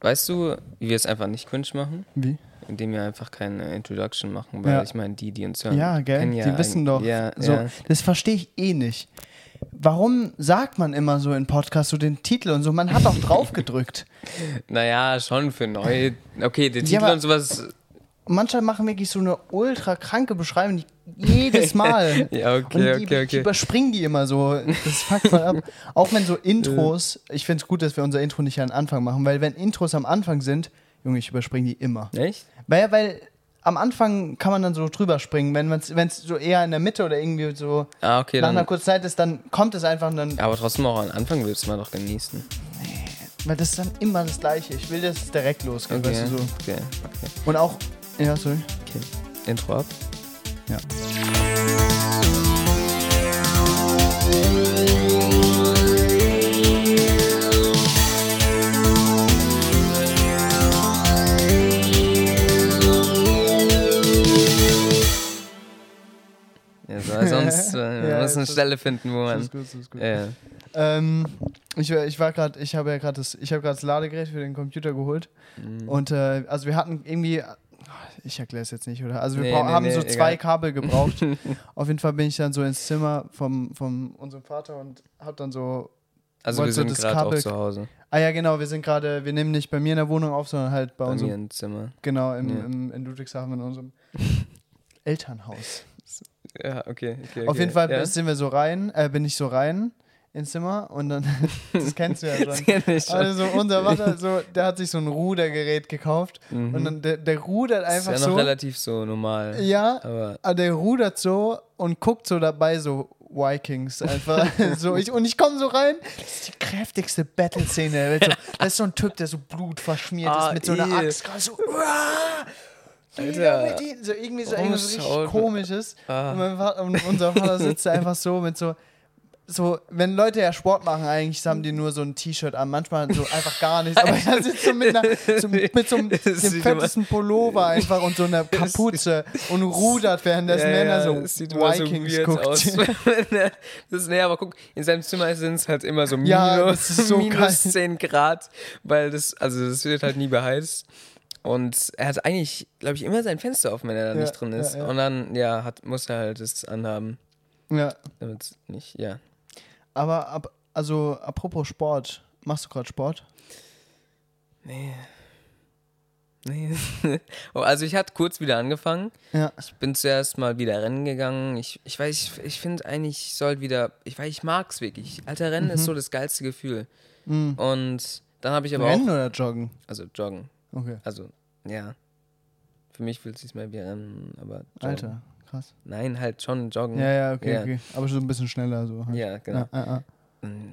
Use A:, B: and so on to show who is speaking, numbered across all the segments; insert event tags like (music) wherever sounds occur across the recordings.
A: Weißt du, wie wir es einfach nicht cringe machen?
B: Wie?
A: Indem wir einfach keine Introduction machen, weil
B: Ja.
A: ich meine, die, die uns hören,
B: Ja, gell?
A: kennen ja
B: die wissen
A: ein-
B: doch.
A: Ja,
B: so,
A: ja.
B: Das verstehe ich eh nicht. Warum sagt man immer so in Podcasts so den Titel und so? Man hat doch
A: (laughs)
B: drauf gedrückt.
A: Naja, schon für neu. Okay, der
B: Ja,
A: Titel
B: aber-
A: und sowas.
B: Und manche machen wirklich so eine ultra kranke Beschreibung, die jedes Mal.
A: (laughs) Ja,
B: und die,
A: okay, okay,
B: die
A: okay.
B: überspringen die immer so. Das fuckt man ab. Auch wenn
A: (laughs)
B: so Intros, ich finde es gut, dass wir unser Intro nicht an Anfang machen, weil wenn Intros am Anfang sind, Junge, ich überspringe die immer.
A: Echt?
B: Weil, weil am Anfang kann man dann so drüber springen, wenn es so eher in der Mitte oder irgendwie so
A: Ah, okay,
B: nach einer
A: dann.
B: kurzen Zeit ist, dann kommt es einfach und dann,
A: Aber trotzdem auch am Anfang willst du mal doch genießen.
B: weil das ist dann immer das Gleiche. Ich will, dass es direkt losgeht,
A: Okay,
B: weißt du so.
A: okay, okay,
B: Und auch, ja, sorry.
A: okay. Intro ab.
B: Ja.
A: Ja,
B: (laughs)
A: so, sonst äh,
B: Ja,
A: wir
B: ist
A: müssen eine
B: das-
A: Stelle finden, wo
B: Das
A: man.
B: ist gut, das ist gut.
A: Äh,
B: Ähm, ich, war- ich war gerade, ich habe ja gerade das, ich habe gerade das Ladegerät für den Computer geholt.
A: Mhm.
B: Und äh, also wir hatten irgendwie, ich erkläre es jetzt nicht, oder? Also wir
A: Nee,
B: brau-
A: nee,
B: haben
A: nee,
B: so
A: egal.
B: zwei
A: (laughs)
B: Kabel gebraucht. Auf jeden Fall bin ich dann so ins Zimmer vom, vom unserem Vater und habe dann so,
A: also wir
B: Wolltest du
A: sind
B: das
A: gerade auch
B: Kabel-
A: zu Hause.
B: ah ja genau, wir sind gerade, wir nehmen nicht bei mir in der Wohnung auf, sondern halt bei,
A: Bei
B: unserem,
A: mir im Zimmer.
B: genau im,
A: Ja.
B: im, in Ludwigshafen in
A: (laughs)
B: unserem Elternhaus.
A: Ja, okay. okay
B: Auf jeden Fall
A: ja?
B: sind wir so rein, äh, bin ich so rein ins Zimmer und dann, (laughs) das kennst du
A: (laughs)
B: ja (laughs) schon.
A: Nicht schon.
B: Also unser
A: (laughs)
B: Vater, so, der hat sich so ein Rudergerät gekauft und dann der, der rudert
A: Mhm. ist
B: einfach
A: ja noch
B: so.
A: relativ so normal.
B: Ja,
A: Aber
B: aber Ah, der rudert so und guckt so dabei so Vikings einfach. (laughs) so ich, und ich komme so rein. Das ist die kräftigste Battle-Szene der Welt. So,
A: (laughs)
B: das ist so ein Typ, der so blutverschmiert
A: Ah,
B: ist mit so einer
A: eh.
B: Axt. gerade So, uah, jeder
A: Alter.
B: mit ihm, so irgendwie so
A: Oh,
B: irgendwas richtig
A: Saul.
B: komisches.
A: Ah.
B: Und, mein Vater, und unser Vater sitzt da einfach so mit so so, wenn Leute ja Sport machen, eigentlich haben die nur so ein T-Shirt an, manchmal so einfach gar nichts. Aber er sitzt so mit, einer,
A: (laughs)
B: so, mit so einem
A: Das
B: dem
A: sieht
B: fettesten Pullover einfach und
A: (laughs)
B: so einer Kapuze und rudert, währenddessen Männer so
A: es sieht immer
B: Vikings
A: so weird
B: guckt. (laughs)
A: aus. (laughs) das ist, nee, aber guck, in seinem Zimmer sind es halt immer so minus,
B: Ja, das ist so
A: minus
B: kalt.
A: 10 Grad, weil das, also das wird halt nie beheizt. Und er hat eigentlich, glaube ich, immer sein Fenster offen, wenn er da
B: Ja,
A: nicht drin
B: ja,
A: ist.
B: ja.
A: Und dann, ja, hat, muss er halt das anhaben,
B: Ja,
A: damit es nicht, ja. (laughs)
B: aber ab, also apropos Sport, machst du gerade Sport?
A: Nee. Nee. oh, also ich hatte kurz wieder angefangen.
B: Ja.
A: Ich bin zuerst mal wieder rennen gegangen. Ich, ich weiß, ich, ich finde eigentlich, ich soll wieder, ich weiß, ich mag's wirklich. Alter, Rennen
B: Mhm.
A: ist so das geilste Gefühl. Und dann habe ich aber
B: Rennen
A: auch,
B: oder joggen?
A: also joggen,
B: Okay.
A: also ja. Für mich fühlt sich's mehr wie rennen, aber joggen.
B: Alter, krass.
A: Nein, halt schon joggen.
B: Ja, ja, okay,
A: Ja.
B: okay. Aber schon ein bisschen schneller so. Halt.
A: Ja, genau.
B: Ja, ja, ja.
A: Mm,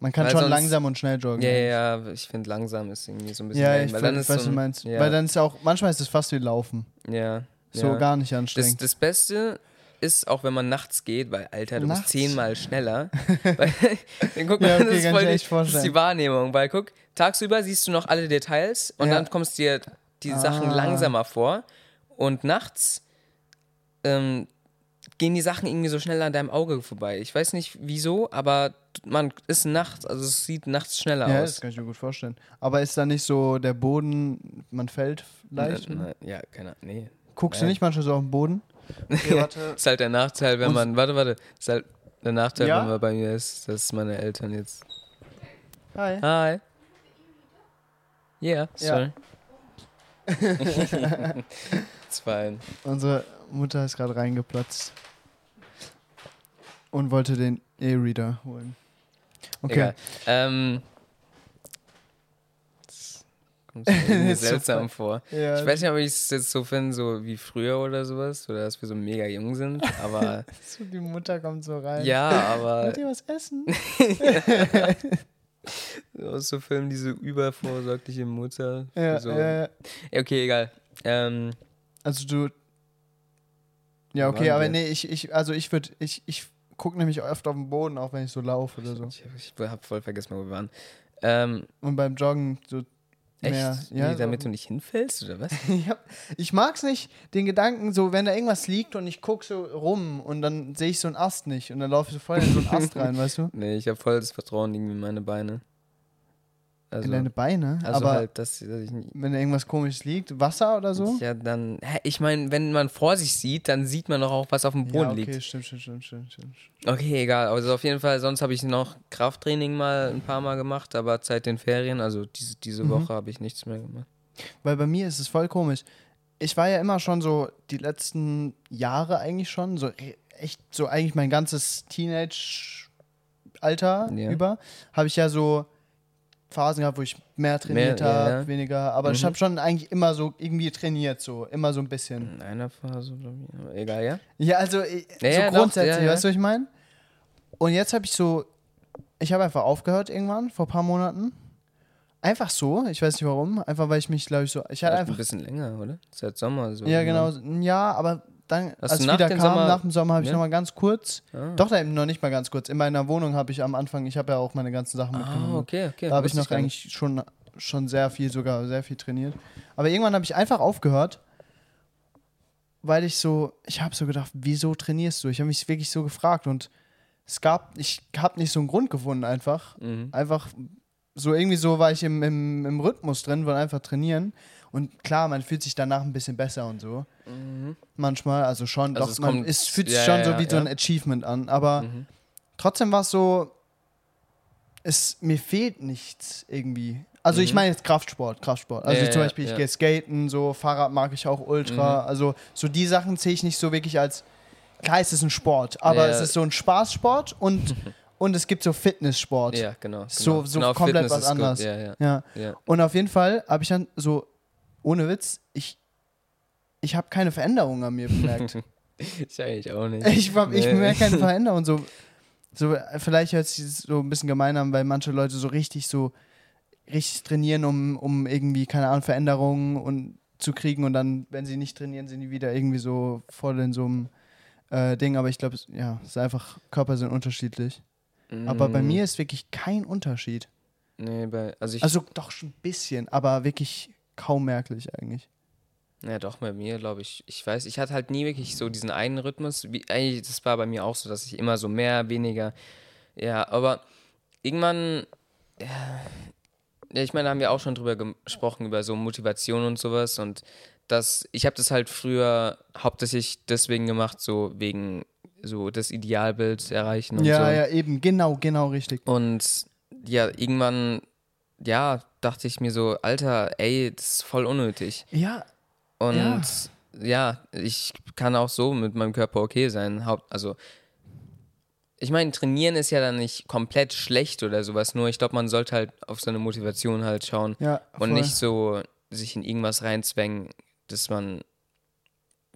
B: Man kann
A: Weil
B: schon
A: sonst-
B: langsam und schnell joggen.
A: Ja, ja, ja, ich finde langsam ist irgendwie so ein bisschen
B: Ja,
A: lame,
B: ich
A: weil
B: weiß,
A: dann ist
B: was
A: so
B: du
A: ein-
B: meinst.
A: Ja,
B: Weil dann ist ja auch, manchmal ist es fast wie Laufen.
A: ja,
B: So
A: ja.
B: gar nicht
A: Das,
B: anstrengend.
A: das Beste ist auch, wenn man nachts geht, weil, Alter, du
B: Nachts?
A: bist zehnmal
B: (laughs)
A: schneller. weil, dann guck mal,
B: Ja, okay,
A: das, ist
B: kann
A: voll
B: ich
A: die, das
B: echt
A: ist
B: vorstellen.
A: die Wahrnehmung, weil guck, tagsüber siehst du noch alle Details und
B: Ja.
A: dann kommst dir die Sachen
B: Ah.
A: langsamer vor und nachts ähm, gehen die Sachen irgendwie so schnell an deinem Auge vorbei. Ich weiß nicht wieso, aber man ist nachts, also es sieht nachts schneller
B: ja, das
A: aus.
B: kann ich mir gut vorstellen. Aber ist da nicht so der Boden, man fällt leicht?
A: Na- na- Ja, keine Ahnung, nee.
B: Guckst du
A: nein.
B: nicht manchmal so auf den Boden? (laughs) Okay, warte.
A: Ist halt der Nachteil, wenn
B: Und-
A: man. Warte, warte. Ist halt der Nachteil,
B: Ja?
A: wenn man bei mir ist, dass meine Eltern jetzt.
B: Hi.
A: Hi. Yeah, sorry. (laughs) Zwei.
B: Unsere Mutter ist gerade reingeplatzt und wollte den E-Reader holen. Okay.
A: Egal. Ähm. das Kommt
B: (laughs)
A: mir
B: Ist so
A: seltsam vor.
B: Ja,
A: Ich weiß nicht, ob ich es jetzt so finde, so wie früher oder sowas, oder dass wir so mega jung sind,
B: (laughs)
A: aber
B: so, die Mutter kommt so rein.
A: ja, aber (laughs)
B: Wollt ihr was essen?
A: aus so Filmen diese übervorsorgliche Mutter.
B: ja,
A: so.
B: ja, ja.
A: Okay, egal. Ähm,
B: Also du. Ja,
A: Wo
B: okay,
A: waren
B: aber
A: wir?
B: nee, ich, ich, also ich würde, ich, ich gucke nämlich oft auf den Boden, auch wenn ich so laufe oder so.
A: Ich, ich hab voll vergessen, wo wir waren. Ähm,
B: Und beim Joggen so
A: echt?
B: mehr.
A: Wie,
B: Ja,
A: damit
B: so.
A: du nicht hinfällst oder
B: (laughs)
A: was?
B: ja, ich mag's nicht, den Gedanken, so wenn da irgendwas liegt und ich gucke so rum und dann sehe ich so einen Ast nicht und dann laufe ich so voll in so einen Ast rein, weißt du?
A: Nee, ich habe voll das Vertrauen irgendwie in meine Beine. Also,
B: in deine Beine.
A: also
B: aber
A: halt, dass, dass ich nicht.
B: wenn irgendwas komisches liegt, Wasser oder so?
A: Ja, dann. Hä, Ich meine, wenn man vor sich sieht, dann sieht man doch auch, was auf dem Boden
B: okay,
A: liegt.
B: stimmt, stimmt, stimmt, stimmt, stimmt.
A: Okay, egal. Also auf jeden Fall, sonst habe ich noch Krafttraining mal ein paar Mal gemacht, aber seit den Ferien, also diese,
B: Mhm.
A: diese Woche, habe ich nichts mehr gemacht.
B: Weil bei mir ist es voll komisch. Ich war ja immer schon so die letzten Jahre eigentlich schon, so e- echt so eigentlich mein ganzes Teenage-Alter
A: Ja.
B: über, habe ich ja so Phasen gehabt, wo ich mehr trainiert
A: Mehr, ja,
B: habe,
A: ja.
B: weniger. Aber ich
A: Mhm.
B: habe schon eigentlich immer so irgendwie trainiert, so immer so ein bisschen.
A: In einer Phase oder wie? Egal, ja?
B: Ja, also i-
A: Ja,
B: so
A: ja, doch,
B: grundsätzlich,
A: ja, ja.
B: weißt du, was ich meine? Und jetzt habe ich so, ich habe einfach aufgehört irgendwann, vor ein paar Monaten. Einfach so, ich weiß nicht warum, einfach weil ich mich, glaube ich, so, ich hatte
A: Vielleicht
B: einfach
A: ein bisschen länger, oder? Seit Sommer so.
B: Ja, genau. Ja, aber dann,
A: Hast
B: als
A: du
B: ich
A: nach
B: wieder
A: dem
B: kam,
A: Sommer-
B: nach dem Sommer habe ich
A: Ja.
B: noch nochmal ganz kurz,
A: Ah.
B: doch da eben noch nicht mal ganz kurz, in meiner Wohnung habe ich am Anfang, ich habe ja auch meine ganzen Sachen
A: Ah,
B: mitgenommen.
A: okay, okay.
B: Ähm, Da habe ich
A: wusste
B: noch
A: gar nicht.
B: eigentlich schon, schon sehr viel, sogar sehr viel trainiert. Aber irgendwann habe ich einfach aufgehört, weil ich so, ich habe so gedacht, wieso trainierst du? Ich habe mich wirklich so gefragt und es gab, ich habe nicht so einen Grund gefunden einfach.
A: Mhm.
B: Einfach so irgendwie so war ich im, im, im Rhythmus drin, wollte einfach trainieren. Und klar, man fühlt sich danach ein bisschen besser und so. Manchmal, also schon,
A: Mhm. Also es
B: doch, man,
A: kommt-
B: es fühlt sich
A: ja,
B: schon
A: ja,
B: so
A: ja,
B: wie so
A: ja.
B: ein Achievement an. Aber
A: Mhm.
B: trotzdem war es so, es, mir fehlt nichts irgendwie. Also ich
A: Mhm.
B: meine jetzt Kraftsport, Kraftsport. Also
A: Ja,
B: zum
A: ja,
B: Beispiel, ich
A: ja. Mhm.
B: gehe skaten, so Fahrrad mag ich auch ultra. Also so die Sachen sehe ich nicht so wirklich als, klar, es ist ein Sport, aber
A: Ja.
B: es ist so ein Spaßsport
A: (laughs)
B: und, und es gibt so Fitnesssport.
A: Ja, genau. genau.
B: So- so
A: genau,
B: komplett
A: Fitness
B: was
A: ist gut.
B: anderes.
A: Ja, ja.
B: ja.
A: ja.
B: Und auf jeden Fall habe ich dann so, ohne Witz, ich, ich habe keine Veränderung an mir bemerkt.
A: (laughs) Ich eigentlich auch nicht.
B: (laughs) ich hab- ich
A: Nee. (laughs)
B: merke keine Veränderung. So, so, vielleicht hört sich so ein bisschen gemein an, weil manche Leute so richtig so richtig trainieren, um, um irgendwie, keine Ahnung, Veränderungen und zu kriegen und dann, wenn sie nicht trainieren, sind die wieder irgendwie so voll in so einem äh, Ding. Aber ich glaube, es- ja, es ist einfach, Körper sind unterschiedlich. Aber bei
A: Mhm.
B: mir ist wirklich kein Unterschied.
A: Nee, bei, also ich.
B: Also doch schon ein bisschen, aber wirklich kaum merklich eigentlich.
A: Ja, doch, bei mir, glaube ich. Ich weiß, ich hatte halt nie wirklich so diesen einen Rhythmus. Wie, eigentlich, das war bei mir auch so, dass ich immer so mehr, weniger. Ja, aber irgendwann. Ja, ja, ich meine, da haben wir auch schon drüber gem- gesprochen, über so Motivation und sowas. Und das, ich habe das halt früher hauptsächlich deswegen gemacht, so wegen so das Idealbild zu erreichen und
B: Ja,
A: so.
B: ja, eben, genau, genau richtig.
A: Und ja, irgendwann, ja, dachte ich mir so, Alter, ey, das ist voll unnötig.
B: Ja,
A: Und
B: Ja.
A: ja. ich kann auch so mit meinem Körper okay sein. Haupt, also, ich meine, trainieren ist ja dann nicht komplett schlecht oder sowas, nur ich glaube, man sollte halt auf seine Motivation halt schauen
B: ja.
A: und
B: voll.
A: nicht so sich in irgendwas reinzwängen, das man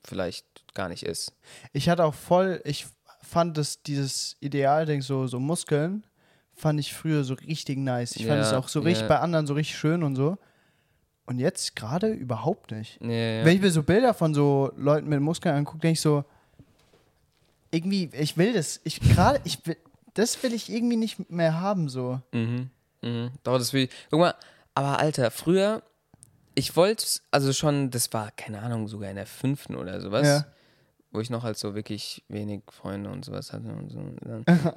A: vielleicht gar nicht ist.
B: Ich hatte auch voll, ich fand das, dieses Idealding, so, so Muskeln, fand ich früher so richtig nice. Ich fand
A: Ja,
B: es auch so
A: ja.
B: richtig bei anderen so richtig schön und so. Und jetzt gerade überhaupt nicht.
A: Ja, ja.
B: Wenn ich mir so Bilder von so Leuten mit Muskeln angucke, denke ich so, irgendwie, ich will das. Ich gerade, ich will, das will ich irgendwie nicht mehr haben, so.
A: Mhm. Mhm. Doch, das will ich. Guck mal, aber Alter, früher, ich wollte, also schon, das war, keine Ahnung, sogar in der fünften oder sowas,
B: Ja.
A: wo ich noch halt so wirklich wenig Freunde und sowas hatte und
B: (laughs)
A: so.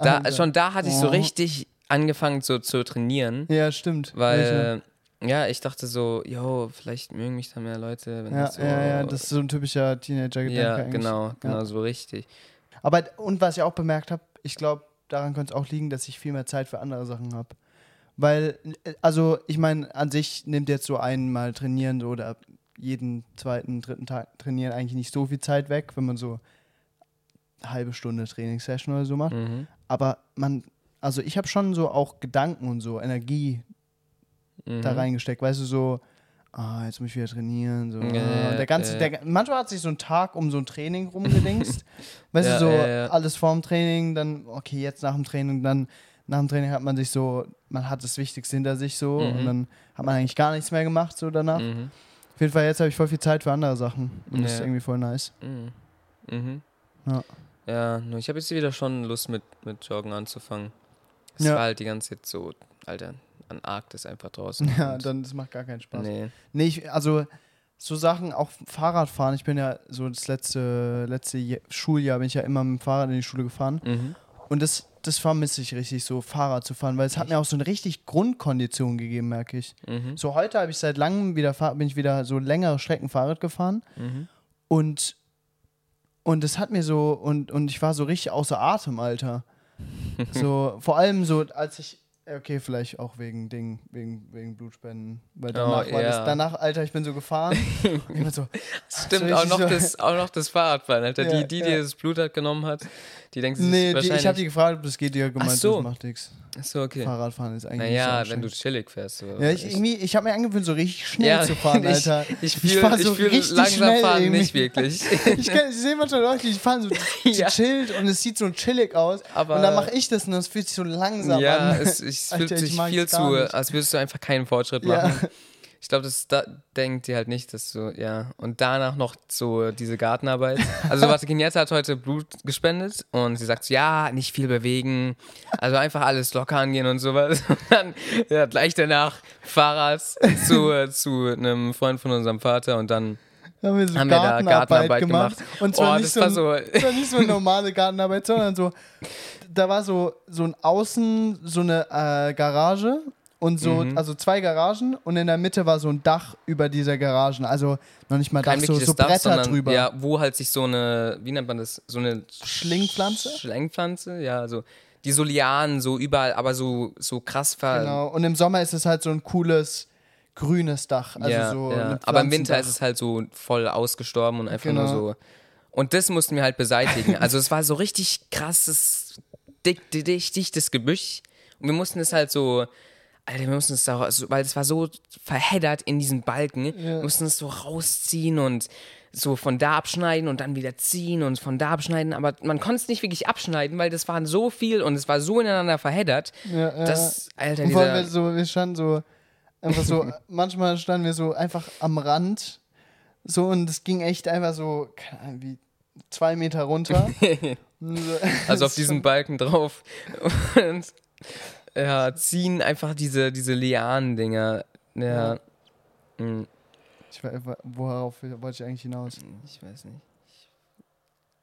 A: Da, schon da hatte ich so
B: Oh.
A: richtig angefangen so, zu trainieren,
B: Ja, stimmt. Welche?
A: weil, ähm, ja, ich dachte so, yo, vielleicht mögen mich da mehr Leute, wenn
B: Ja,
A: das so.
B: ja, ja, das ist so ein typischer Teenager-Gedanke
A: Ja,
B: eigentlich.
A: genau, genau so richtig.
B: Aber und was ich auch bemerkt habe, ich glaube, daran könnte es auch liegen, dass ich viel mehr Zeit für andere Sachen habe. Weil, äh, also ich meine, an sich nimmt jetzt so einmal trainieren so oder jeden zweiten, dritten Tag trainieren eigentlich nicht so viel Zeit weg, wenn man so eine halbe Stunde Trainingssession oder so macht.
A: Mhm.
B: Aber man, also ich habe schon so auch Gedanken und so Energie
A: Mhm.
B: da reingesteckt, weißt du, so, ah, jetzt muss ich wieder trainieren, so.
A: Ja,
B: und der ganze,
A: ja, ja.
B: der, manchmal hat sich so ein Tag um so ein
A: (laughs)
B: Training rumgedingst, weißt
A: Ja,
B: du, so
A: ja, ja.
B: alles vorm Training, dann, okay, jetzt nach dem Training, dann nach dem Training hat man sich so, man hat das Wichtigste hinter sich so
A: Mhm.
B: und dann hat man eigentlich gar nichts mehr gemacht so danach.
A: Mhm.
B: Auf jeden Fall, jetzt habe ich voll viel Zeit für andere Sachen und das
A: Ja.
B: ist irgendwie
A: (laughs)
B: voll nice.
A: Mhm. Mhm.
B: Ja.
A: Ja, nur ich habe jetzt wieder schon Lust mit, mit Joggen anzufangen. Es
B: Ja.
A: war halt die ganze Zeit so, Alter, an Arktis einfach draußen.
B: (laughs) Ja,
A: und-
B: dann, das macht gar keinen Spaß.
A: nee.
B: Nee, ich, also so Sachen, auch Fahrradfahren, ich bin ja so das letzte, letzte Je- Schuljahr bin ich ja immer mit dem Fahrrad in die Schule gefahren
A: Mhm.
B: Und das das vermisse ich richtig, so Fahrrad zu fahren, weil es hat mir auch so eine richtig Grundkondition gegeben, merke ich.
A: mhm. Hm?
B: So heute habe ich seit langem wieder, Fahr- bin ich wieder so längere Strecken Fahrrad gefahren
A: Mhm.
B: und und es hat mir so, und, und ich war so richtig außer
A: (laughs)
B: Atem, Alter. So, vor allem so, als ich, okay, vielleicht auch wegen Ding, wegen, wegen Blutspenden, weil danach war
A: Oh, ja.
B: das, danach, Alter, ich bin
A: (laughs)
B: so gefahren. und ich war so,
A: Stimmt,
B: so
A: auch
B: richtig
A: noch,
B: so-
A: das, auch noch das Fahrradfahren, Alter.
B: Ja,
A: die, die, die
B: ja.
A: das Blut hat genommen hat, die denkt, sie ist
B: Nee, die,
A: wahrscheinlich...
B: ich habe die gefragt, ob das geht, die hat gemeint,
A: so.
B: das macht nichts.
A: Ach so, okay.
B: Fahrradfahren ist eigentlich
A: Naja,
B: nicht so
A: wenn du
B: anstrengend.
A: chillig fährst. so.
B: Ja, ich, irgendwie, ich habe mir angewöhnt, so richtig
A: (laughs)
B: schnell
A: Ja,
B: zu
A: (laughs)
B: fahren,
A: ich-
B: Alter.
A: Ich fühle
B: fahr
A: so
B: richtig
A: langsam
B: schnell
A: fahren
B: irgendwie. (laughs)
A: nicht wirklich.
B: Ich, kann- ich sehe manchmal Leute, die fahren so
A: (laughs) Ja.
B: chillt und es sieht so chillig aus.
A: Aber-
B: und dann mache ich das und das fühlt sich so langsam
A: ja,
B: an.
A: es, es
B: (laughs) Alter,
A: fühlt sich
B: mag's
A: viel
B: gar
A: zu, (laughs)
B: nicht.
A: als würdest du einfach keinen Fortschritt
B: Ja. (laughs)
A: machen. Ich glaube, das da denkt die halt nicht, dass du, ja. Und danach noch so diese Gartenarbeit. Also, warte, Kenyatta hat heute Blut gespendet und sie sagt so, ja, nicht viel bewegen, also einfach alles locker angehen und sowas. (laughs) Und dann ja, gleich danach Fahrrad zu, zu einem Freund von unserem Vater und dann
B: Da haben wir so
A: haben wir da
B: Gartenarbeit,
A: Gartenarbeit
B: gemacht.
A: gemacht.
B: Und zwar
A: oh,
B: nicht
A: das
B: so
A: war
B: ein-
A: so.
B: Das war nicht so eine normale Gartenarbeit, sondern so, da war so, so ein Außen, so eine äh, Garage und so,
A: Mhm.
B: also zwei Garagen und in der Mitte war so ein Dach über dieser Garagen. Also noch nicht mal Dach,
A: kein
B: so,
A: wirkliches
B: so
A: Dach,
B: Bretter
A: sondern
B: drüber.
A: ja, wo halt sich so eine, wie nennt man das, so eine
B: Schlingpflanze?
A: Schlingpflanze, ja, also die so Lianen so überall, aber so so krass ver
B: Genau. Und im Sommer ist es halt so ein cooles grünes Dach. Also
A: ja,
B: so
A: ja.
B: ein
A: aber im Winter
B: Pflanzendach.
A: ist es halt so voll ausgestorben und einfach nur
B: Genau.
A: so und das mussten wir halt
B: (laughs)
A: beseitigen. Also es war so richtig krasses dick, dick, dick dichtes Gebüsch und wir mussten es halt so Alter, wir mussten es da, also, weil es war so verheddert in diesen Balken, wir mussten es so rausziehen und so von da abschneiden und dann wieder ziehen und von da abschneiden, aber man konnte es nicht wirklich abschneiden, weil das waren so viel und es war so ineinander verheddert,
B: Ja, ja.
A: dass, Alter,
B: Und vor allem
A: dieser,
B: wir, so, wir standen so, einfach so, (laughs) manchmal standen wir so einfach am Rand, so und es ging echt einfach so, keine Ahnung, wie zwei Meter runter.
A: (laughs)
B: Und so- (laughs)
A: Also auf diesem Balken drauf. (laughs) Und ja, ziehen einfach diese, diese Lianen-Dinger. Ja. Hm,
B: Ich weiß, worauf wollte ich eigentlich hinaus?
A: Ich weiß nicht.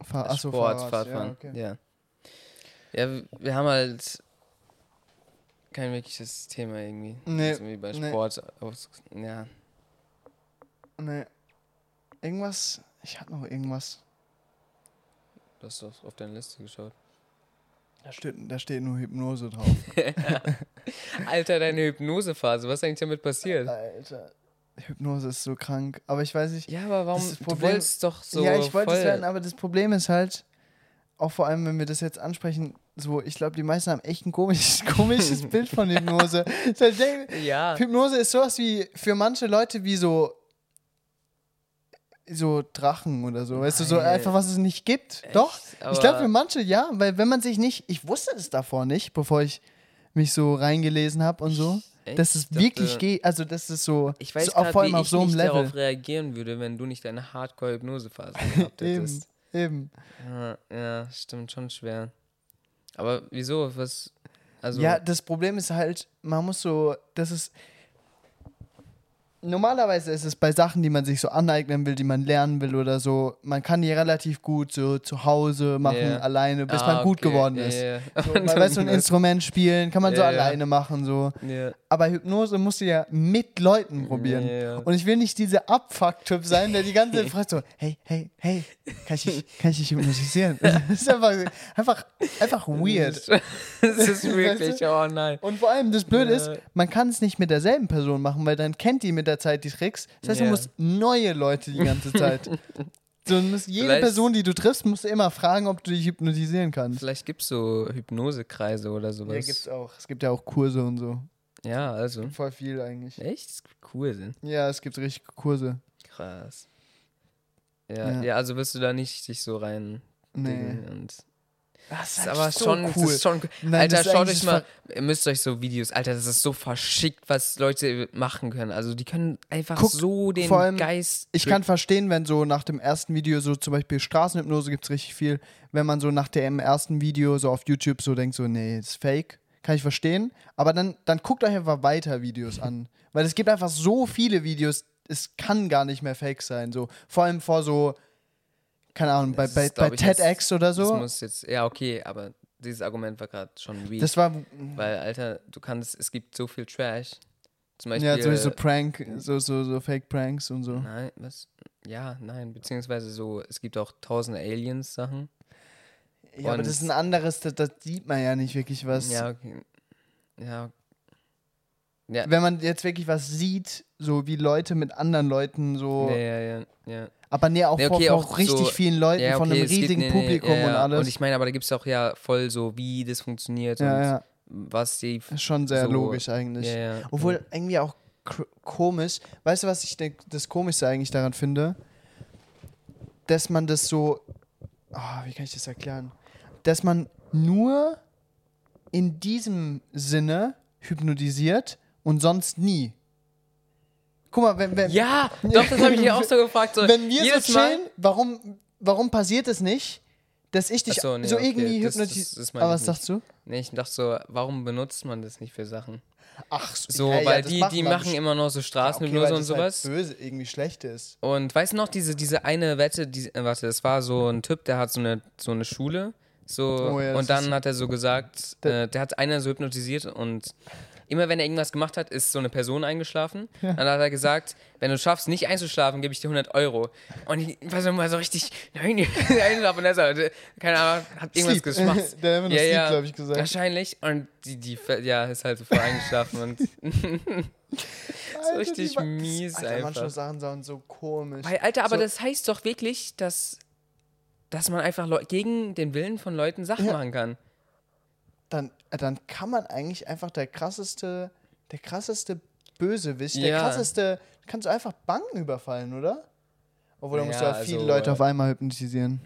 B: Fahr, achso,
A: Sport,
B: Fahrrad,
A: Fahrradfahren.
B: Ja, okay.
A: Ja. ja, w- wir haben halt kein wirkliches Thema irgendwie.
B: Nee,
A: Das ist irgendwie bei
B: nee.
A: Sport. aufs- Ja.
B: Nee. Irgendwas, ich hatte noch irgendwas.
A: Du hast doch auf deine Liste geschaut.
B: Da steht, da steht nur Hypnose drauf.
A: Alter, deine Hypnosephase. Was ist eigentlich damit passiert?
B: Äh, Alter. Hypnose ist so krank. Aber ich weiß nicht,
A: Ja, aber warum?
B: Das ist das
A: du
B: Problem.
A: wolltest doch so.
B: ja, ich wollte
A: voll,
B: es werden, aber das Problem ist halt, auch vor allem, wenn wir das jetzt ansprechen, so, ich glaube, die meisten haben echt ein komisches, (laughs) komisches Bild von Hypnose. Ich halt denk,
A: Ja.
B: Hypnose ist sowas wie für manche Leute wie so so Drachen oder so, weißt du, so
A: Nein.
B: einfach was es nicht gibt. Doch, ich
A: Aber-
B: glaube für manche ja, weil wenn man sich nicht, ich wusste es davor nicht, bevor ich mich so reingelesen habe und so,
A: Echt?
B: dass es
A: Ich dachte-
B: wirklich geht, also dass es so,
A: Ich weiß
B: so
A: grad,
B: vor allem
A: wie
B: auf
A: ich
B: so einem
A: nicht
B: Level.
A: darauf reagieren würde, wenn du nicht deine
B: (laughs)
A: Hardcore-Hypnose-Phase gehabt
B: Eben,
A: hättest.
B: eben.
A: ja, ja, stimmt, schon schwer. Aber wieso? Was? Also,
B: Ja, das Problem ist halt, man muss so, das ist. Normalerweise ist es bei Sachen, die man sich so aneignen will, die man lernen will oder so, man kann die relativ gut so zu Hause machen,
A: Ja.
B: alleine, bis
A: Ah,
B: man gut
A: okay,
B: geworden
A: ja,
B: ist.
A: Ja, (laughs)
B: So, man weiß so ein Instrument spielen, kann man so
A: Ja, ja.
B: alleine machen, so. (laughs)
A: ja.
B: Aber Hypnose musst du ja mit Leuten probieren.
A: Ja, ja.
B: Und ich will nicht dieser Abfuck-Typ sein, der die ganze Zeit fragt so, (laughs) hey, hey, hey, kann ich dich, kann ich dich hypnotisieren? (laughs) das ist einfach, einfach, einfach weird.
A: Das ist wirklich, oh nein.
B: Und vor allem das Blöde
A: Ja.
B: ist, man kann es nicht mit derselben Person machen, weil dann kennt die mit der Zeit die Tricks. Das heißt,
A: Ja.
B: man muss neue Leute die (laughs) ganze Zeit. so, du musst jede
A: Vielleicht-
B: Person, die du triffst, musst du immer fragen, ob du dich hypnotisieren kannst.
A: Vielleicht gibt es so Hypnosekreise oder sowas.
B: Ja, gibt's auch. Es gibt ja auch Kurse und so.
A: Ja, also.
B: Voll viel eigentlich.
A: Echt? Das gibt Kurse.
B: Ja, es gibt richtig Kurse.
A: Krass. Ja,
B: Ja.
A: ja. also wirst du da nicht dich so rein.
B: Nee.
A: dingen Und
B: Das
A: Das ist aber schon, das ist schon cool.
B: Nein,
A: Alter,
B: das ist
A: schaut
B: eigentlich
A: euch mal, ihr müsst euch so Videos, Alter, das ist so verschickt, was Leute machen können. Also die können einfach
B: Guck,
A: so den
B: vor allem,
A: Geist.
B: Ich kann verstehen, wenn so nach dem ersten Video, so zum Beispiel Straßenhypnose gibt es richtig viel, wenn man so nach dem ersten Video so auf YouTube so denkt, so, nee, ist fake. Kann ich verstehen. Aber dann, dann guckt euch einfach weiter
A: (laughs)
B: Videos an. Weil es gibt einfach so viele Videos, es kann gar nicht mehr fake sein. So. Vor allem vor so, keine Ahnung, bei,
A: Das
B: bei,
A: ist,
B: bei
A: glaub ich, jetzt-
B: TEDx oder
A: Das
B: so.
A: muss jetzt, ja, okay, aber dieses Argument war gerade schon weak.
B: Das war
A: weil, Alter, du kannst, es gibt so viel Trash. Zum Beispiel.
B: ja so, so Prank, so, so, so Fake Pranks und so.
A: Nein, was? Ja, nein, beziehungsweise so, es gibt auch tausende Aliens-Sachen.
B: Ja, aber
A: Und-
B: das ist ein anderes, das, das sieht man ja nicht wirklich was.
A: Ja, okay. Ja,
B: Wenn man jetzt wirklich was sieht, so wie Leute mit anderen Leuten so,
A: ja, ja, ja, ja.
B: aber nee, auch
A: Nee,
B: vor,
A: okay,
B: vor
A: auch
B: richtig
A: so-
B: vielen Leuten,
A: ja,
B: von
A: okay,
B: einem
A: es gibt-
B: riesigen
A: nee, nee,
B: Publikum
A: ja, ja.
B: und alles.
A: Und ich meine, aber da gibt es auch ja voll so, wie das funktioniert
B: ja,
A: und
B: ja, Oh,
A: was die.
B: ist schon sehr
A: so-
B: logisch eigentlich.
A: Ja, ja.
B: Obwohl irgendwie auch kr- komisch. Weißt du, was ich denk, das Komischste eigentlich daran finde? Dass man das so. ah, wie kann ich das erklären? Dass man nur in diesem Sinne hypnotisiert und sonst nie. Guck mal, wenn, wenn,
A: Ja, doch, das habe
B: (laughs)
A: ich mir auch so gefragt. So,
B: wenn wir
A: jedes
B: so
A: Mal.
B: chillen, warum, warum passiert es nicht, dass ich dich
A: Ach
B: so,
A: so, nee, okay,
B: irgendwie
A: das- das-
B: hypnotisiere?
A: das meine
B: Aber
A: ich
B: was sagst du?
A: Nee, ich dachte so, warum benutzt man das nicht für Sachen?
B: Ach
A: So,
B: ja, ja,
A: weil
B: das
A: die,
B: macht
A: die
B: man
A: machen immer noch so
B: Ja, okay,
A: Straßenhypnose
B: weil
A: und
B: das
A: sowas.
B: Halt böse, irgendwie schlecht ist.
A: Und weißt du noch, diese, diese eine Wette, die, äh, warte, es war so ein Typ, der hat so eine, so eine Schule. So,
B: Oh ja, das
A: und dann
B: ist-
A: hat er so gesagt,
B: Da-
A: äh, der hat einer so hypnotisiert und immer wenn er irgendwas gemacht hat, ist so eine Person eingeschlafen. Dann hat er gesagt, wenn du schaffst, nicht einzuschlafen, gebe ich dir 100 Euro. Und ich war so mal so richtig, (laughs) nein, einschlafen. Und er so, keine Ahnung, hat irgendwas
B: Sleep.
A: gemacht.
B: (laughs) Der hat immer nur Sleep, glaub ich, gesagt.
A: Wahrscheinlich. Und die, die, ja, ist halt so voll eingeschlafen
B: (laughs)
A: und
B: Alter,
A: richtig
B: die wa-
A: mies
B: Alter, Manche
A: einfach.
B: Sachen sind so komisch.
A: Weil, Alter, aber
B: So-
A: das heißt doch wirklich, dass, dass man einfach Leu gegen den Willen von Leuten Sachen
B: Ja.
A: machen kann.
B: Dann, dann kann man eigentlich einfach der krasseste, der krasseste Bösewicht, der
A: Ja.
B: krasseste, kannst du einfach Banken überfallen, oder? Obwohl, du musst ja
A: Naja,
B: viele
A: also,
B: Leute
A: äh,
B: auf einmal hypnotisieren.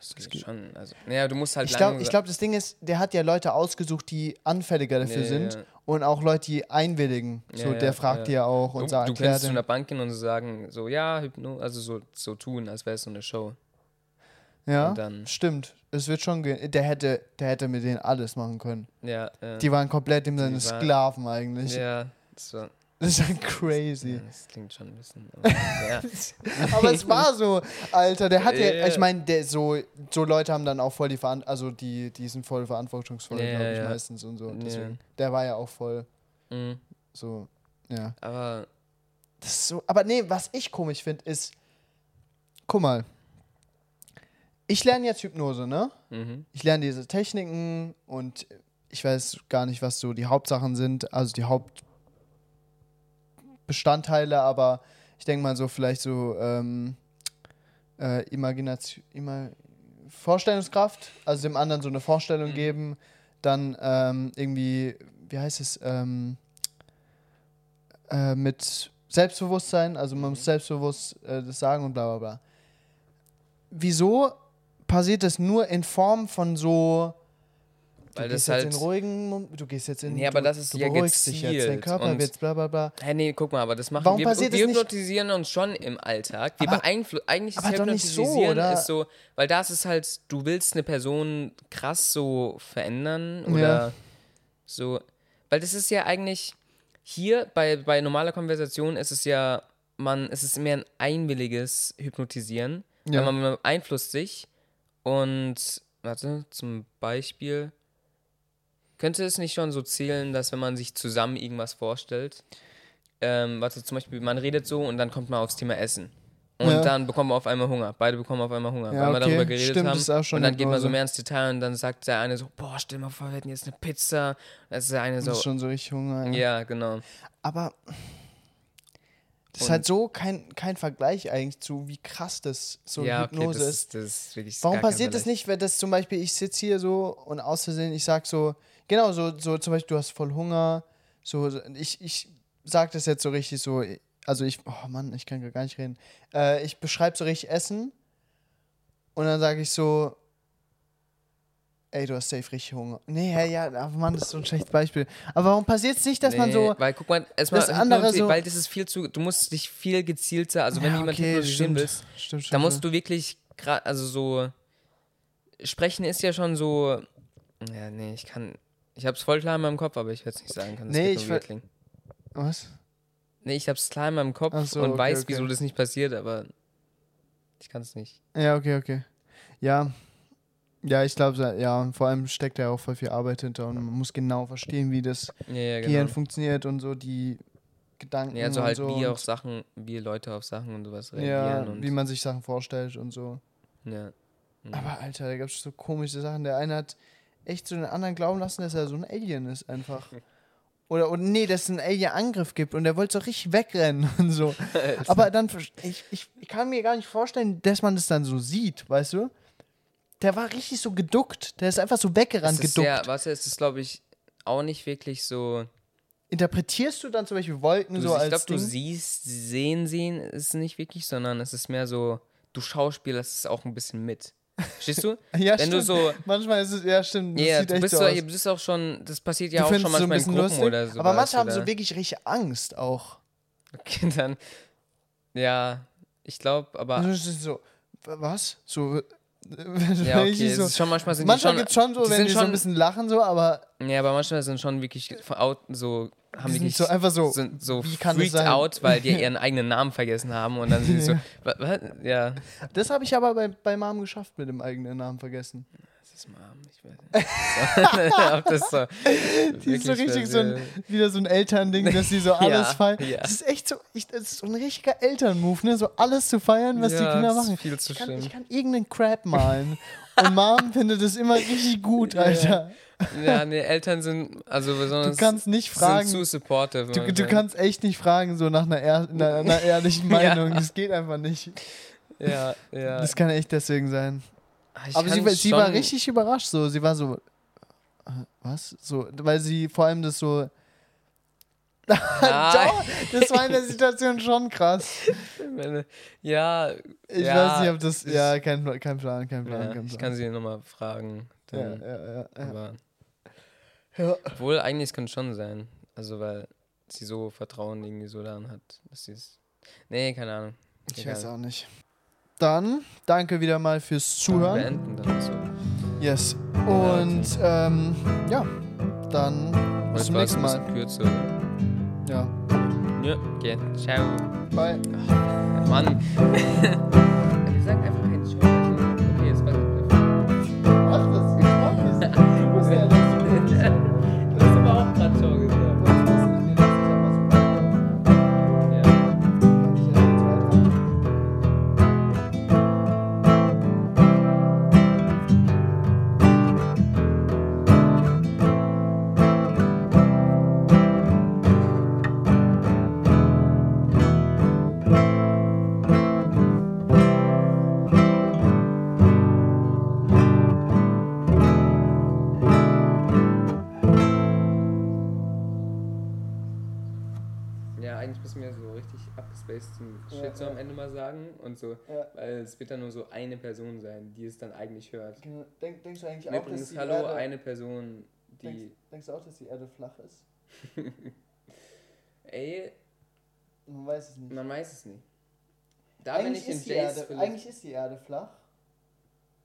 A: Das geht schon. Also, naja, du musst halt
B: Ich glaube,
A: lang-
B: ich glaub, das Ding ist, der hat ja Leute ausgesucht, die anfälliger dafür
A: Ja,
B: sind
A: ja, ja.
B: und auch Leute, die einwilligen. So,
A: Ja, ja,
B: der fragt
A: ja.
B: die ja auch
A: du,
B: und sagt,
A: du
B: erklärt
A: könntest zu
B: dem.
A: einer Bank gehen und so sagen, so, ja, Hypno, also so, so tun, als wäre es so eine Show.
B: Ja,
A: Und dann-
B: stimmt. Es wird schon gehen. Der hätte, der hätte mit denen alles machen können.
A: Ja, äh,
B: Die waren komplett ihm seine
A: Die waren-
B: Sklaven eigentlich.
A: ja, so,
B: Das ist ja
A: (laughs)
B: crazy.
A: das klingt schon ein bisschen. aber
B: (laughs)
A: ja.
B: Aber es war so, Alter, der hat ja,
A: Ja.
B: ich meine, der so, so Leute haben dann auch voll die Verantwortung, also die, die sind voll verantwortungsvoll,
A: Ja,
B: glaube ich,
A: ja.
B: meistens und so.
A: Ja.
B: Deswegen, Der war ja auch voll
A: Mhm.
B: so, ja.
A: Aber
B: Das ist so, aber nee, was ich komisch finde, ist, guck mal, ich lerne jetzt Hypnose, ne?
A: mhm.
B: Ich lerne diese Techniken und ich weiß gar nicht, was so die Hauptsachen sind, also die Hauptbestandteile, aber ich denke mal so vielleicht so ähm, äh, Imagination, immer Vorstellungskraft, also dem anderen so eine Vorstellung geben, dann ähm, irgendwie, wie heißt es, ähm, äh, mit Selbstbewusstsein, also man muss selbstbewusst äh, das sagen und bla bla bla. Wieso passiert das nur in Form von so du
A: Weil
B: gehst
A: das
B: jetzt
A: halt-
B: in ruhigen Mom- du gehst jetzt in
A: Nee, aber
B: du,
A: das ist
B: du
A: ja
B: beruhigst dich jetzt, dein
A: gezielt
B: Körper
A: und-
B: wird bla bla bla.
A: Hey, nee, guck mal, aber das machen
B: Warum
A: wir.
B: passiert
A: wir
B: das nicht?
A: hypnotisieren uns schon im Alltag. Wir
B: Aber-
A: beeinflussen. Eigentlich ist
B: aber doch nicht so,
A: Hypnotisieren
B: oder?
A: ist so, weil das ist halt, du willst eine Person krass so verändern
B: Ja.
A: oder so. Weil das ist ja eigentlich hier bei, bei normaler Konversation ist es ja, man, es ist mehr ein einwilliges Hypnotisieren.
B: Ja.
A: Weil man beeinflusst sich und warte, zum Beispiel. Könnte es nicht schon so zählen, dass wenn man sich zusammen irgendwas vorstellt, ähm, warte, zum Beispiel, man redet so und dann kommt man aufs Thema Essen. Und
B: Ja.
A: dann bekommen wir auf einmal Hunger. Beide bekommen auf einmal Hunger,
B: Ja,
A: weil wir
B: okay.
A: darüber geredet
B: Stimmt,
A: haben.
B: ist auch schon
A: und dann
B: eine
A: geht man so
B: Dose.
A: mehr ins Detail und dann sagt der eine so, boah, stell mal vor, wir hätten jetzt eine Pizza. Das ist der eine
B: Das ist
A: so,
B: schon so richtig Hunger. Ja.
A: ja, genau.
B: Aber das ist
A: Und-
B: halt so kein, kein Vergleich eigentlich zu, wie krass das so eine
A: ja, okay,
B: Hypnose
A: das,
B: ist.
A: ist- das ist wirklich
B: Warum
A: gar kein
B: passiert das
A: Vergleich.
B: nicht, wenn das zum Beispiel, ich sitze hier so und aus Versehen, ich sag so, genau, so, so zum Beispiel, du hast voll Hunger, so, so, ich, ich sag das jetzt so richtig so, also ich, oh Mann, ich kann gar nicht reden. Äh, ich beschreibe so richtig Essen und dann sage ich so, ey, du hast safe richtig Hunger. Nee, ja, ja, aber Mann, das ist so ein schlechtes Beispiel. Aber warum passiert es nicht, dass man
A: Nee,
B: so,
A: Weil, guck mal, erstmal,
B: das andere
A: Hypnoti-
B: so-
A: weil das ist viel zu, du musst dich viel gezielter, also wenn
B: Ja,
A: jemand
B: okay,
A: hypnotisieren
B: stimmt.
A: willst,
B: stimmt, stimmt,
A: Da musst
B: stimmt.
A: du wirklich gerade, also so. Sprechen ist ja schon so. Ja, nee, ich kann. Ich hab's voll klar in meinem Kopf, aber ich werde es nicht sagen können.
B: Nee, ich ver-
A: will.
B: Was?
A: Nee, ich hab's klar in meinem Kopf
B: Ach so,
A: und
B: okay,
A: weiß,
B: okay.
A: wieso das nicht passiert, aber ich kann es nicht.
B: Ja, okay, okay. Ja. Ja, ich glaube, ja, vor allem steckt ja auch voll viel Arbeit hinter und man muss genau verstehen, wie das
A: Ja, ja,
B: Gehirn
A: genau.
B: funktioniert und so die Gedanken.
A: Ja, also halt,
B: und so
A: wie
B: und-
A: auch Sachen, wie Leute auf Sachen und sowas reagieren.
B: Ja,
A: und,
B: wie man sich Sachen vorstellt und so.
A: ja. Mhm.
B: Aber Alter, da gab es so komische Sachen. Der eine hat echt so den anderen glauben lassen, dass er so ein Alien
A: (laughs)
B: ist einfach. Oder, oder nee, dass es einen Alien-Angriff gibt und der wollte so richtig wegrennen (laughs)
A: (laughs)
B: und so. Aber dann, ver- ich, ich, ich kann mir gar nicht vorstellen, dass man das dann so sieht, weißt du? Der war richtig so geduckt. Der ist einfach so weggerannt,
A: Es ist
B: geduckt.
A: Ja, was es ist, glaube ich, auch nicht wirklich so.
B: Interpretierst du dann zum Beispiel Wolken
A: Du, ich
B: so als
A: glaube, du
B: Ding?
A: siehst, sehen, sehen ist nicht wirklich, sondern es ist mehr so, du schauspielerst es auch ein bisschen mit. Verstehst du?
B: (laughs) (laughs) Ja,
A: Wenn du so.
B: (laughs) Manchmal ist es, ja, stimmt. Das
A: Ja,
B: sieht
A: du
B: echt
A: bist,
B: so
A: so,
B: aus.
A: du bist auch schon, das passiert
B: Du
A: ja auch
B: findest
A: schon
B: es
A: manchmal in Gruppen oder so.
B: aber manche haben so wirklich richtig Angst auch.
A: Okay, (laughs) dann, ja, ich glaube, aber.
B: Also es ist so, wa- was? So,
A: Ah.
B: (laughs)
A: Ja,
B: ja,
A: okay, es
B: so
A: ist schon manchmal sind
B: manchmal
A: die
B: gibt
A: schon.
B: es schon so,
A: die
B: wenn
A: sind
B: die so
A: schon-
B: ein bisschen lachen, so, aber
A: Ja, aber manchmal sind schon wirklich ver- out, so, haben
B: die sind
A: wirklich
B: so einfach so,
A: sind so
B: wie kann das
A: freaked
B: sein?
A: out, weil
B: (laughs)
A: die ihren eigenen Namen vergessen haben und dann sind sie so, "Wa- wa- ja,
B: Das habe ich aber bei, bei Mom geschafft mit dem eigenen Namen vergessen.
A: das ist Mom, ich weiß nicht, (laughs) ob das so
B: Die ist so
A: wirklich
B: richtig so ein,
A: passiert.
B: wieder so ein Elternding, dass sie so
A: (laughs)
B: alles feiern.
A: ja.
B: Das ist echt so, ich, das ist so ein richtiger Elternmove, ne? So alles zu feiern, was die
A: Ja,
B: Kinder
A: das ist
B: machen.
A: viel zu
B: ich, kann,
A: schlimm.
B: ich kann irgendeinen Crab malen. Und Mom findet das immer
A: (laughs)
B: richtig gut, Alter.
A: Ja, nee, Eltern sind, also besonders
B: Du kannst nicht
A: sind
B: fragen.
A: zu supportive.
B: Du, du kannst echt nicht fragen, so nach einer, ehr,
A: (laughs)
B: einer, einer ehrlichen
A: Ja.
B: Meinung. Das geht einfach nicht.
A: ja, ja. Ah,
B: Das kann echt deswegen sein.
A: Ich
B: Aber sie,
A: kann
B: war- sie war
A: schon-
B: richtig überrascht. So, sie war so. äh, Was? So, weil sie vor allem das so. (laughs)
A: Ah,
B: Doch, das war in der Situation schon krass.
A: meine, ja,
B: Ich
A: ja,
B: weiß nicht, ob das.
A: ist-
B: Ja, kein, Pla- kein Plan, kein Plan,
A: ja,
B: kein Plan.
A: ich kann sie nochmal fragen.
B: ja,
A: Dann,
B: ja, ja, ja.
A: Aber
B: Ja.
A: Obwohl, eigentlich, es könnte schon sein. Also, weil sie so Vertrauen irgendwie so daran hat, dass sie es. Nee, keine Ahnung.
B: Ich
A: Egal.
B: weiß auch nicht. Dann danke wieder mal fürs Zuhören.
A: Beenden dann so.
B: Yes.
A: Ja,
B: Und ähm, ja, dann bis
A: Heute
B: zum
A: war es
B: nächsten
A: ein
B: Mal.
A: bisschen kürzer.
B: Ja.
A: Ja, okay. Ciao.
B: Bye.
A: Mann. Sag einfach kein Ciao. Okay, jetzt war
B: Mach das. Mach das.
A: (laughs)
B: Du bist ja das so.
A: Du hast aber auch gerade Ciao gesagt. Ja. Ja, eigentlich müssen wir so richtig abgespaceden Shit
B: Ja,
A: so am Ende mal sagen und so,
B: Ja.
A: weil es wird dann nur so eine Person sein, die es dann eigentlich hört.
B: Denk, denkst du eigentlich
A: Und
B: auch, dass
A: übrigens,
B: die
A: hallo,
B: Erde,
A: eine Person, die.
B: denkst, denkst du auch, dass die Erde flach ist?
A: Ey,
B: Man weiß es nicht.
A: man weiß es nicht. Da bin
B: eigentlich,
A: ich den
B: ist die
A: Jace
B: Erde,
A: vielleicht.
B: eigentlich ist die Erde flach.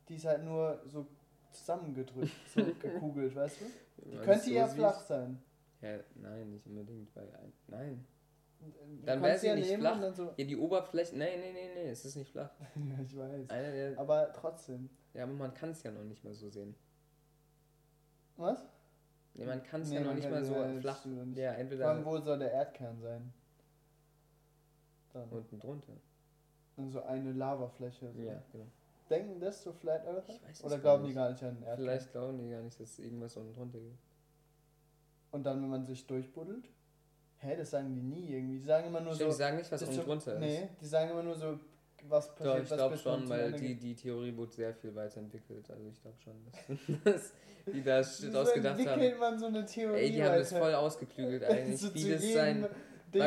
B: Die ist halt nur so
A: (laughs)
B: zusammengedrückt, so gekugelt, weißt du?
A: wenn
B: Die
A: man es
B: könnte
A: so
B: ja
A: sieht.
B: flach sein.
A: Ja, nein, nicht unbedingt, weil. ein- Nein.
B: Du
A: Dann
B: kannst
A: wäre sie
B: ja
A: nicht
B: nehmen
A: flach.
B: und dann so- (laughs)
A: Ja, die Oberfläche. Nein, nein, nein, nein, es ist nicht flach.
B: Ja, ich weiß.
A: Einer der,
B: Aber trotzdem.
A: ja, aber man kann es ja noch nicht mal so sehen.
B: Was?
A: Nee, man kann es
B: Nee,
A: ja noch
B: man
A: nicht
B: kann-
A: mal so
B: ja, das
A: flach.
B: stimmt doch nicht.
A: Ja,
B: Vor allem,
A: entweder
B: wo soll der Erdkern sein? Dann.
A: unten drunter.
B: Und so eine Lavafläche. So.
A: Ja, genau.
B: Denken das so Flat Earther?
A: Ich weiß es
B: Oder
A: gar
B: glauben die
A: nicht.
B: gar nicht an den Erdkern?
A: Vielleicht glauben die gar nicht, dass irgendwas unten drunter geht.
B: Und dann, wenn man sich durchbuddelt? Hä, das sagen die nie irgendwie. Die sagen immer nur
A: Stimmt, die
B: so.
A: sagen nicht, was
B: das
A: unten
B: so-
A: drunter ist.
B: Nee, die sagen immer nur so, was
A: Doch,
B: passiert,
A: ich
B: was
A: glaube
B: bis man
A: schon,
B: zum
A: weil
B: Ende
A: die,
B: geht.
A: die Theorie wurde sehr viel weiterentwickelt. Also ich glaube schon, (laughs) dass, dass die da Shit
B: Wieso
A: ausgedacht haben.
B: entwickelt man so eine Theorie?
A: Ey, die haben das
B: Alter? (laughs)
A: voll ausgeklügelt eigentlich.
B: So zu
A: wie das
B: jedem
A: sein. Mal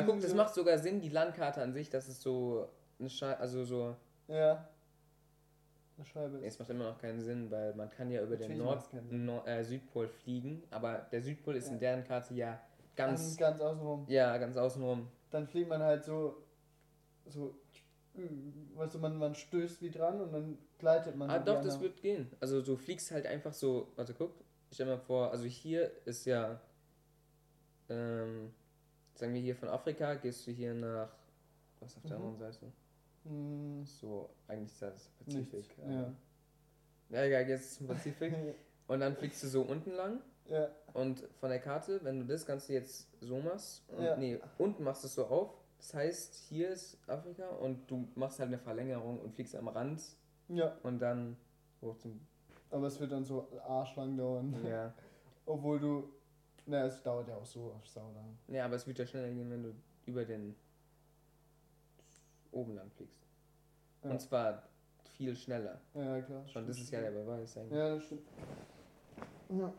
B: Ding
A: guck, das
B: so-
A: macht sogar Sinn, die Landkarte an sich, dass es so eine Schei also so.
B: Ja. Eine Scheibe.
A: Es macht immer noch keinen Sinn, weil man kann ja über den
B: Natürlich macht's
A: Nord
B: keinen Sinn.
A: Nord äh, Südpol fliegen, aber der Südpol ist in
B: Ja.
A: deren Karte ja ganz,
B: ganz außenrum.
A: ja ganz außenrum.
B: Dann fliegt man halt so, so, mm, weißt du, man, man stößt wie dran und dann gleitet man.
A: Ah,
B: so
A: doch,
B: gerne.
A: das wird gehen. Also du fliegst halt einfach so, warte, guck, ich stell mal vor, also hier ist ja, ähm, sagen wir hier von Afrika, gehst du hier nach, was auf der
B: Mhm.
A: anderen Seite?
B: Mm,
A: So, eigentlich ist das Pazifik.
B: nichts.
A: aber-
B: Ja.
A: Ja, egal, jetzt zum Pazifik.
B: (laughs)
A: Und dann fliegst du so unten lang.
B: Ja.
A: Und von der Karte, wenn du das Ganze jetzt so machst, und,
B: Ja.
A: nee, unten machst du es so auf. Das heißt, hier ist Afrika und du machst halt eine Verlängerung und fliegst am Rand
B: Ja,
A: und dann hoch
B: (laughs)
A: zum.
B: aber es wird dann so arschlang dauern.
A: Ja.
B: Obwohl du. Naja, es dauert ja auch so saulang.
A: Nee, aber es wird ja schneller gehen, wenn du über den oben lang fliegst.
B: Ja.
A: Und zwar viel schneller.
B: Ja, klar.
A: Und das ist ja der Beweis eigentlich.
B: Ja, das stimmt. Ja.